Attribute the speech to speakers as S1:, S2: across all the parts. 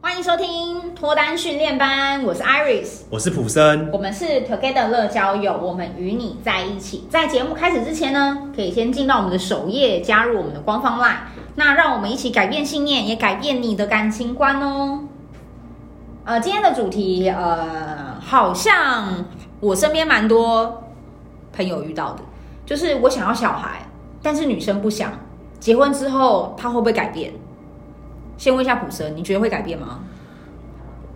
S1: 欢迎收听脱单训练班，我是 Iris。
S2: 我是普生，
S1: 我们是 Together 乐交友，我们与你在一起。在节目开始之前呢，可以先进到我们的首页，加入我们的官方 LINE。那让我们一起改变信念，也改变你的感情观哦。呃，今天的主题，呃，好像我身边蛮多朋友遇到的，就是我想要小孩，但是女生不想。结婚之后，她会不会改变？先问一下普生，你觉得会改变吗？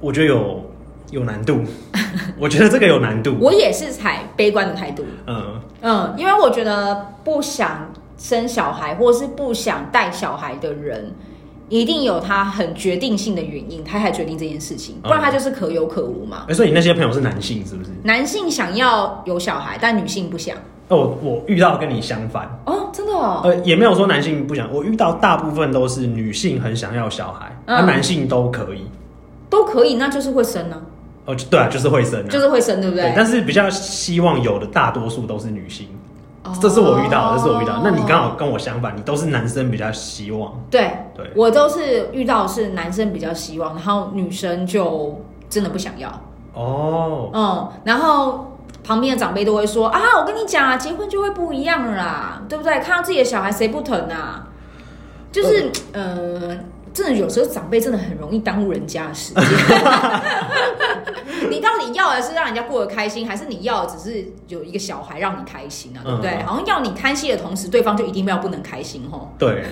S2: 我觉得有有 难度，我觉得这个有难度。
S1: 我也是采悲观的态度。
S2: 嗯，
S1: 嗯，因为我觉得不想生小孩或是不想带小孩的人，一定有他很决定性的原因，他才决定这件事
S2: 嗯
S1: 情，不然他就是可有可无嘛。
S2: 哎所以你那些朋友是男性是不是？
S1: 男性想要有小孩，但女性不想。
S2: 哦，我我遇到跟你相反，
S1: 哦，真的哦，
S2: 呃，也没有说男性不想，我遇到大部分都是女性很想要小孩，
S1: 嗯
S2: 那、男性都可以。
S1: 都可以，那就是会生呢、
S2: 哦，就对啊，就是会生、啊，
S1: 就是会生，对不对？
S2: 但是比较希望有的大多数都是女性，
S1: 哦
S2: 这是我遇到的，这是我遇到的。那你刚
S1: 好
S2: 好跟我相反，你都是男生比较希望。
S1: 对，
S2: 对，
S1: 我都是遇到的是男生比较希望，然后女生就真的不想要。
S2: 哦，
S1: 嗯，然后旁边的长辈都会说啊，我跟你讲啊，结婚就会不一样了啦，对不对？看到自己的小孩谁不疼啊？就是呃，真的有时候长辈真的很容易耽误人家的时 间。你到底要的是让人家过得开心，还是你要的只是有一个小孩让你开心啊？对不对？
S2: 嗯嗯
S1: 好像要你开心的同时，对方就一定要不能开心吼。
S2: 对，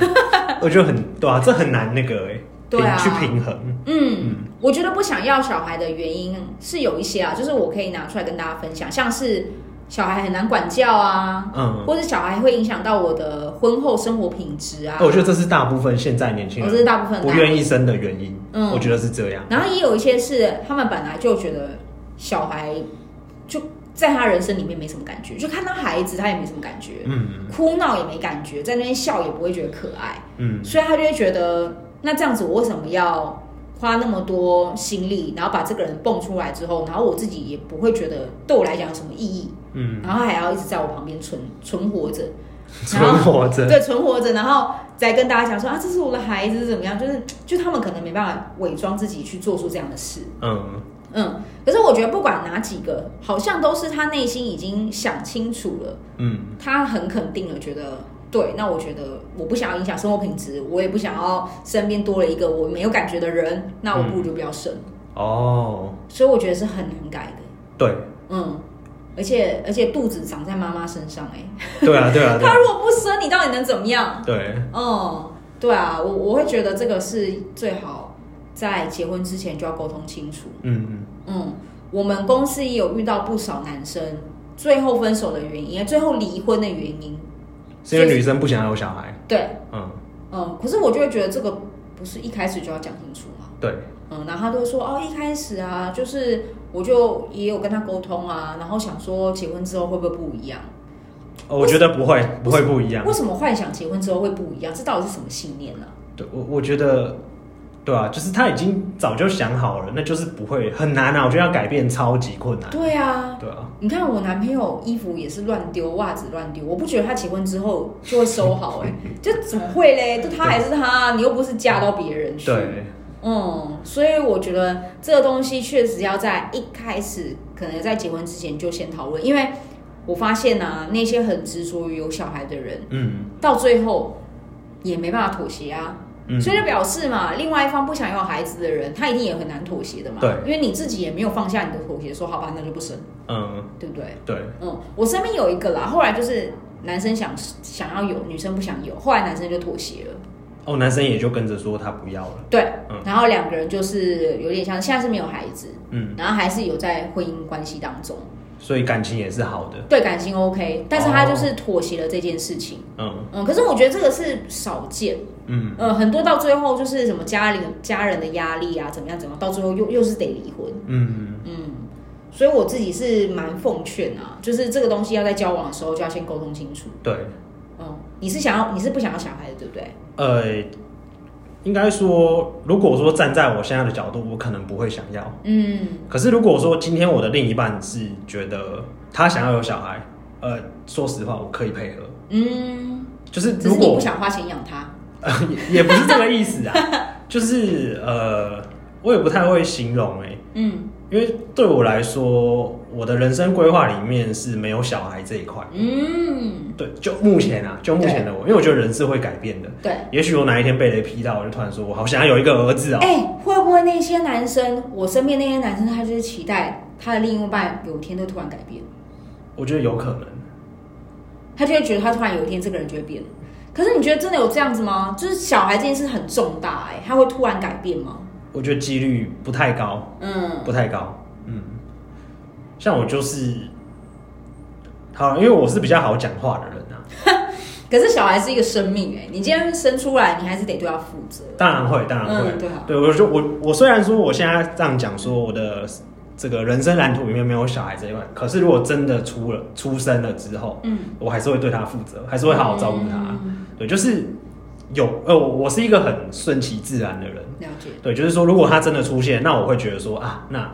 S2: 我觉得很对啊，这很难那个哎、
S1: 对啊
S2: 平去平衡。
S1: 嗯，我觉得不想要小孩的原因是有一些啊，就是我可以拿出来跟大家分享，像是小孩很难管教啊，
S2: 嗯，
S1: 或者小孩会影响到我的婚后生活品质啊。
S2: 我觉得这哦是大部分现在年轻
S1: 我这是
S2: 人
S1: 大部分的
S2: 不愿意生的原因。
S1: 嗯
S2: 我觉得是这样。
S1: 然后也有一些是他们本来就觉得小孩就在他人生里面没什么感觉，就看到孩子他也没什么感觉，
S2: 嗯
S1: 哭闹也没感觉，在那边笑也不会觉得可爱，
S2: 嗯，
S1: 所以他就会觉得那这样子我为什么要花那么多心力，然后把这个人蹦出来之后，然后我自己也不会觉得对我来讲有什么意义，
S2: 嗯，
S1: 然后还要一直在我旁边存存活着。然后
S2: 存活着。
S1: 对，存活着，然后再跟大家讲说啊，这是我的孩子怎么样？就是就他们可能没办法伪装自己去做出这样的事，
S2: 嗯，
S1: 嗯。可是我觉得不管哪几个，好像都是他内心已经想清楚了，
S2: 嗯，
S1: 他很肯定了，觉得对。那我觉得我不想要影响生活品质，我也不想要身边多了一个我没有感觉的人，那我不如就不要生。
S2: 哦，
S1: 所以我觉得是很难改的，
S2: 对，
S1: 嗯。而且而且肚子长在妈妈身上、欸，
S2: 对啊，对啊，
S1: 哎，
S2: 对啊
S1: 他如果不生，你到底能怎么样？
S2: 对，
S1: 嗯，对啊，我我会觉得这个是最好在结婚之前就要沟通清楚。
S2: 嗯，
S1: 嗯，我们公司也有遇到不少男生最后分手的原因，最后离婚的原因。
S2: 是因为女生不想要有小孩。
S1: 对，
S2: 嗯，
S1: 嗯，可是我就会觉得这个不是一开始就要讲清楚嘛。
S2: 对，
S1: 嗯，然后他都会说哦，一开始啊，就是我就也有跟他沟通啊，然后想说结婚之后会不会不一样？
S2: 哦我觉得不会，不会不一样
S1: 为。什么幻想结婚之后会不一样？这到底是什么信念呢、
S2: 对我，我觉得。对啊，就是他已经早就想好了，那就是不会很难啊。我觉得要改变超级困难。
S1: 对啊，
S2: 对啊，
S1: 你看我男朋友衣服也是乱丢，袜子乱丢，我不觉得他结婚之后就会收好、 欸，哎，就怎么会嘞？就他还是他，你又不是嫁到别人去。，
S2: 对，
S1: 嗯，所以我觉得这个东西确实要在一开始，可能在结婚之前就先讨论，因为我发现啊，那些很执着于有小孩的人，
S2: 嗯
S1: 到最后也没办法妥协啊。
S2: 嗯，
S1: 所以就表示嘛，另外一方不想要孩子的人，他一定也很难妥协的嘛。
S2: 对
S1: 因为你自己也没有放下你的妥协，说好吧，那就不生，
S2: 嗯，
S1: 对不对？
S2: 对，
S1: 嗯，我身边有一个啦，后来就是男生想想要有，女生不想有，后来男生就妥协了。
S2: 哦，男生也就跟着说他不要了。
S1: 对，
S2: 嗯
S1: 然后两个人就是有点像，现在是没有孩子，
S2: 嗯，
S1: 然后还是有在婚姻关系当中，
S2: 所以感情也是好的。
S1: 对感
S2: 哦
S1: 情 OK，但是他就是妥协了这件事情。
S2: 嗯
S1: 嗯，可是我觉得这个是少见，
S2: 嗯，
S1: 呃，很多到最后就是什么家里家人的压力啊，怎么样怎么样，到最后又又是得离婚。
S2: 嗯，
S1: 嗯，所以我自己是蛮奉劝啊，就是这个东西要在交往的时候就要先沟通清楚。
S2: 对，
S1: 嗯，你是想要你是不想要小孩的，对不对？
S2: 呃，应该说，如果说站在我现在的角度，我可能不会想要。
S1: 嗯，
S2: 可是如果说今天我的另一半是觉得他想要有小孩，呃，说实话，我可以配合。
S1: 嗯，
S2: 就是
S1: 只
S2: 如
S1: 是你不
S2: 果
S1: 想花钱养他。
S2: 呃也也不是这个意思啊，就是呃，我也不太会形容哎、
S1: 嗯
S2: 因为对我来说，我的人生规划里面是没有小孩这一块。
S1: 嗯，
S2: 对，就目前啊，就目前的我，因为我觉得人是会改变的。
S1: 对。
S2: 也许我哪一天被雷劈到，我就突然说，我好想要有一个儿子哦、
S1: 哎、会不会那些男生，我身边那些男生，他就是期待他的另一半有一天都突然改变，
S2: 我觉得有可能。
S1: 他就会觉得他突然有一天这个人就会变了。可是你觉得真的有这样子吗？就是小孩这件事很重大、哎，他会突然改变吗？
S2: 我觉得几率不太高，
S1: 嗯
S2: 不太高。嗯，像我就是，好，因为我是比较好讲话的人啊，
S1: 可是小孩是一个生命、哎，你今天生出来，你还是得对他负责。
S2: 当然会，当然会。
S1: 嗯对啊
S2: 对，我就我我虽然说我现在这样讲，说我的这个人生蓝图里面没有小孩这一块，可是如果真的出了出生了之后，
S1: 嗯，
S2: 我还是会对他负责，还是会好好照顾他。
S1: 嗯
S2: 对，就是有呃，我我是一个很顺其自然的人。
S1: 嗯了解，
S2: 对，就是说，如果他真的出现，那我会觉得说啊，那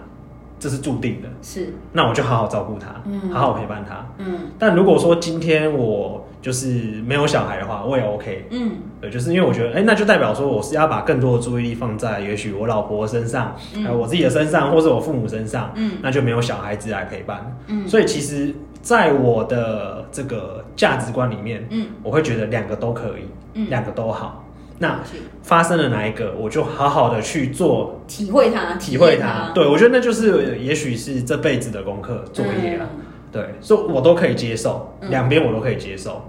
S2: 这是注定的，
S1: 是，
S2: 那我就好好照顾他，
S1: 嗯
S2: 好好陪伴他。
S1: 嗯
S2: 但如果说今天我就是没有小孩的话，我也 OK。
S1: 嗯
S2: 对，就是因为我觉得，哎、那就代表说我是要把更多的注意力放在也许我老婆身上，
S1: 嗯
S2: 还有我自己的身上，或者我父母身上，
S1: 嗯
S2: 那就没有小孩子来陪伴。
S1: 嗯
S2: 所以其实，在我的这个价值观里面，
S1: 嗯
S2: 我会觉得两个都可以，
S1: 嗯
S2: 两、个都好。那
S1: 了解
S2: 发生了哪一个，我就好好的去做，
S1: 体会他，
S2: 体会
S1: 验
S2: 它。，对，我觉得那就是也许是这辈子的功课作业啊。
S1: 嗯
S2: 对，所以我都可以接受，
S1: 嗯
S2: 两边我都可以接受，
S1: 了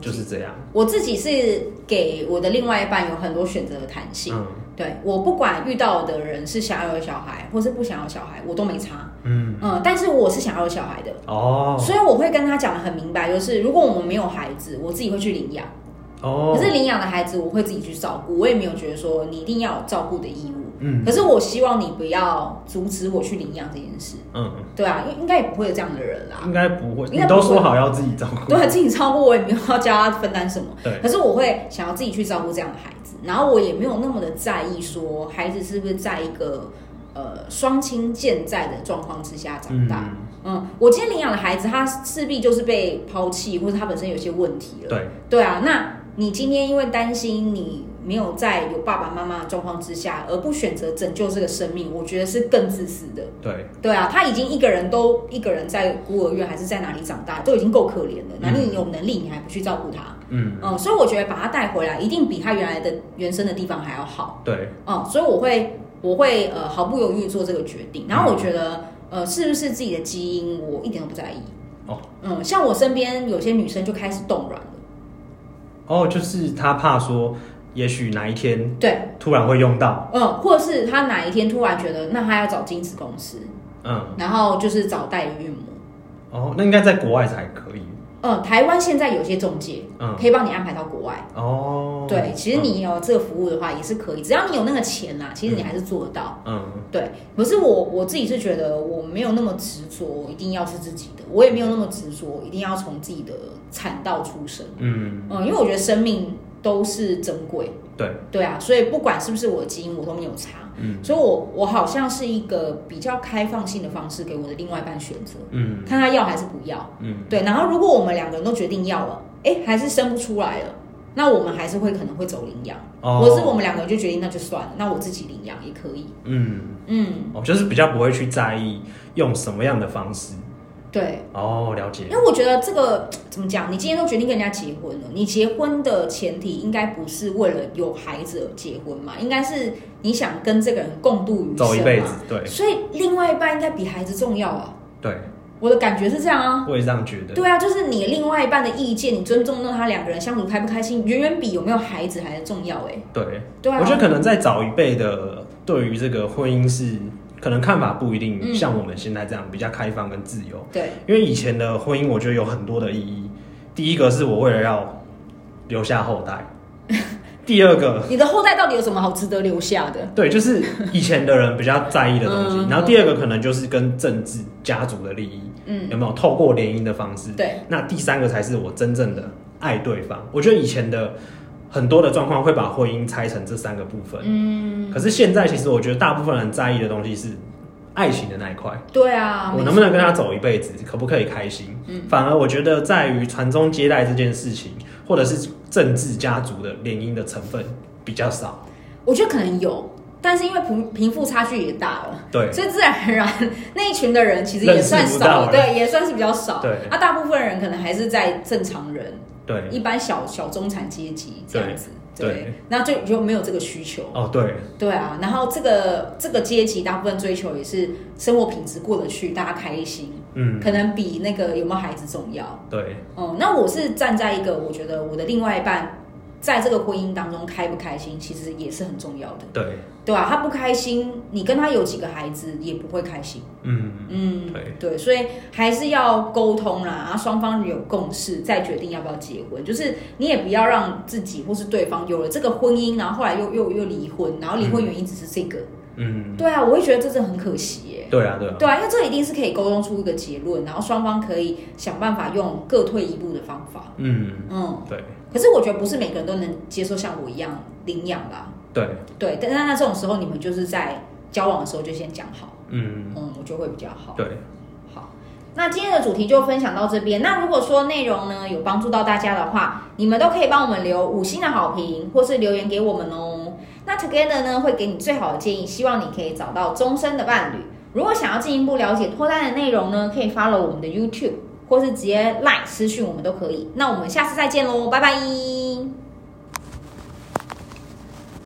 S1: 解
S2: 就是这样。
S1: 嗯我自己是给我的另外一半有很多选择的弹性。
S2: 嗯
S1: 对我不管遇到的人是想要有小孩，或是不想要小孩，我都没差。
S2: 嗯，
S1: 嗯，但是我是想要有小孩的，
S2: 哦
S1: 所以我会跟他讲的很明白，就是如果我们没有孩子，我自己会去领养。
S2: 哦，
S1: 可是领养的孩子，我会自己去照顾，我也没有觉得说你一定要有照顾的义务。
S2: 嗯
S1: 可是我希望你不要阻止我去领养这件事，
S2: 嗯，
S1: 对啊，因为应该也不会有这样的人啦。
S2: 应该不会，
S1: 应
S2: 你
S1: 该不会
S2: 都说好要自己照顾，
S1: 对，自己照顾我也没有要教他分担什么。
S2: 对
S1: 可是我会想要自己去照顾这样的孩子，然后我也没有那么的在意说孩子是不是在一个呃双亲健在的状况之下 长大。嗯
S2: 嗯，
S1: 我今天领养的孩子，他势必就是被抛弃，或者他本身有些问题了。
S2: 对，
S1: 对啊，那你今天因为担心你没有在有爸爸妈妈的状况之下，而不选择拯救这个生命，我觉得是更自私的。
S2: 对，
S1: 对啊，他已经一个人都一个人在孤儿院还是在哪里长大，都已经够可怜了。哪里有能力你还不去照顾他？
S2: 嗯，
S1: 嗯，所以我觉得把他带回来，一定比他原来的原生的地方还要好。
S2: 对，
S1: 嗯，所以我会我会呃毫不犹豫做这个决定。然后我觉得呃是不是自己的基因，我一点都不在意。
S2: 哦，
S1: 嗯，像我身边有些女生就开始冻卵了，
S2: 哦，就是他怕说，也许哪一天
S1: 对，
S2: 突然会用到，
S1: 嗯，或者是她哪一天突然觉得那她要找精子公司，
S2: 嗯，
S1: 然后就是找代理孕母。
S2: 哦，那应该在国外才可以，
S1: 嗯，台湾现在有些中介
S2: 嗯，
S1: 可以帮你安排到国外。
S2: 哦，
S1: 对，其实你有这个服务的话也是可以，只要你有那个钱啦，其实你还是做得到。
S2: 嗯，
S1: 对，可是我我自己是觉得我没有那么执着，一定要是自己的，我也没有那么执着，一定要从自己的产道出生。
S2: 嗯
S1: 嗯，因为我觉得生命都是珍贵，
S2: 嗯，对，
S1: 对啊，所以不管是不是我的基因，我都没有差。
S2: 嗯
S1: 所以我我好像是一个比较开放性的方式给我的另外一半选择，
S2: 嗯
S1: 看他要还是不要。
S2: 嗯，
S1: 对，然后如果我们两个人都决定要了，哎，还是生不出来了，那我们还是会可能会走领养，
S2: 哦
S1: 或者是我们两个人就决定那就算了，那我自己领养也可以。
S2: 嗯，
S1: 嗯，
S2: 哦，就是比较不会去在意用什么样的方式，
S1: 对，
S2: 哦，了解
S1: 因，为我觉得这个怎么讲，你今天都决定跟人家结婚了，你结婚的前提应该不是为了有孩子而结婚嘛，应该是你想跟这个人共度余生
S2: 走一辈子
S1: 嘛，，
S2: 对
S1: 所以另外一半应该比孩子重要啊。
S2: 对，
S1: 我的感觉是这样啊。
S2: 我也这样觉得，
S1: 对啊，就是你另外一半的意见，你尊重到他两个人相处开不开心，远远比有没有孩子还重要哎、
S2: 对，
S1: 对啊，
S2: 我觉得可能在早一辈的对于这个婚姻是可能看法不一定
S1: 嗯
S2: 像我们现在这样比较开放跟自由，
S1: 对，
S2: 因为以前的婚姻我觉得有很多的意义。第一个是我为了要留下 后代，第二个
S1: 你的后代到底有什么好值得留下的？
S2: 对，就是以前的人比较在意的东西，
S1: 嗯
S2: 然后第二个可能就是跟政治家族的利益，
S1: 嗯，
S2: 有没有透过联姻的方式？
S1: 对，
S2: 那第三个才是我真正的爱对方。我觉得以前的很多的状况会把婚姻拆成这三个部分，
S1: 嗯，
S2: 可是现在其实我觉得大部分人在意的东西是爱情的那一块，
S1: 对啊，
S2: 我
S1: 没
S2: 能不能跟
S1: 错
S2: 他走一辈子，可不可以开心？
S1: 嗯
S2: 反而我觉得在于传宗接代这件事情，或者是政治家族的联姻的成分比较少。
S1: 我觉得可能有，但是因为贫贫富差距也大了，
S2: 对
S1: 所以自然而然那一群的人其实也
S2: 认识
S1: 算
S2: 不到
S1: 少，
S2: 了
S1: 对，也算是比较少。
S2: 对
S1: 啊，大部分人可能还是在正常人、
S2: 对，
S1: 一般小小中产阶级这样子，
S2: 对
S1: 对
S2: 对，
S1: 那就就没有这个需求。
S2: 哦对，
S1: 对啊，然后这个这个阶级大部分追求也是生活品质过得去，大家开心，
S2: 嗯
S1: 可能比那个有没有孩子重要。
S2: 对，
S1: 哦、那我是站在一个我觉得我的另外一半在这个婚姻当中开不开心，其实也是很重要的，
S2: 对，
S1: 对啊吧、他不开心，你跟他有几个孩子也不会开心。
S2: 嗯
S1: 嗯，
S2: 对
S1: 所以还是要沟通啦，然后双方有共识再决定要不要结婚。就是你也不要让自己或是对方有了这个婚姻，然后后来又又又离婚，然后离婚原因只是这个。
S2: 嗯，
S1: 对啊，我会觉得这真的很可惜耶、
S2: 对啊对啊，
S1: 对啊，因为这一定是可以沟通出一个结论，然后双方可以想办法用各退一步的方法。
S2: 嗯
S1: 嗯，
S2: 对
S1: 可是我觉得不是每个人都能接受像我一样领养啦。
S2: 对，
S1: 对，但是那这种时候，你们就是在交往的时候就先讲好，
S2: 嗯
S1: 嗯，我觉得会比较好。
S2: 对，
S1: 好，那今天的主题就分享到这边。那如果说内容呢有帮助到大家的话，你们都可以帮我们留五星的好评，或是留言给我们哦。那 Together 呢会给你最好的建议，希望你可以找到终身的伴侣。如果想要进一步了解脱单的内容呢，可以 follow 我们的 YouTube，或是直接 Line 私讯我们都可以。那我们下次再见喽，拜拜。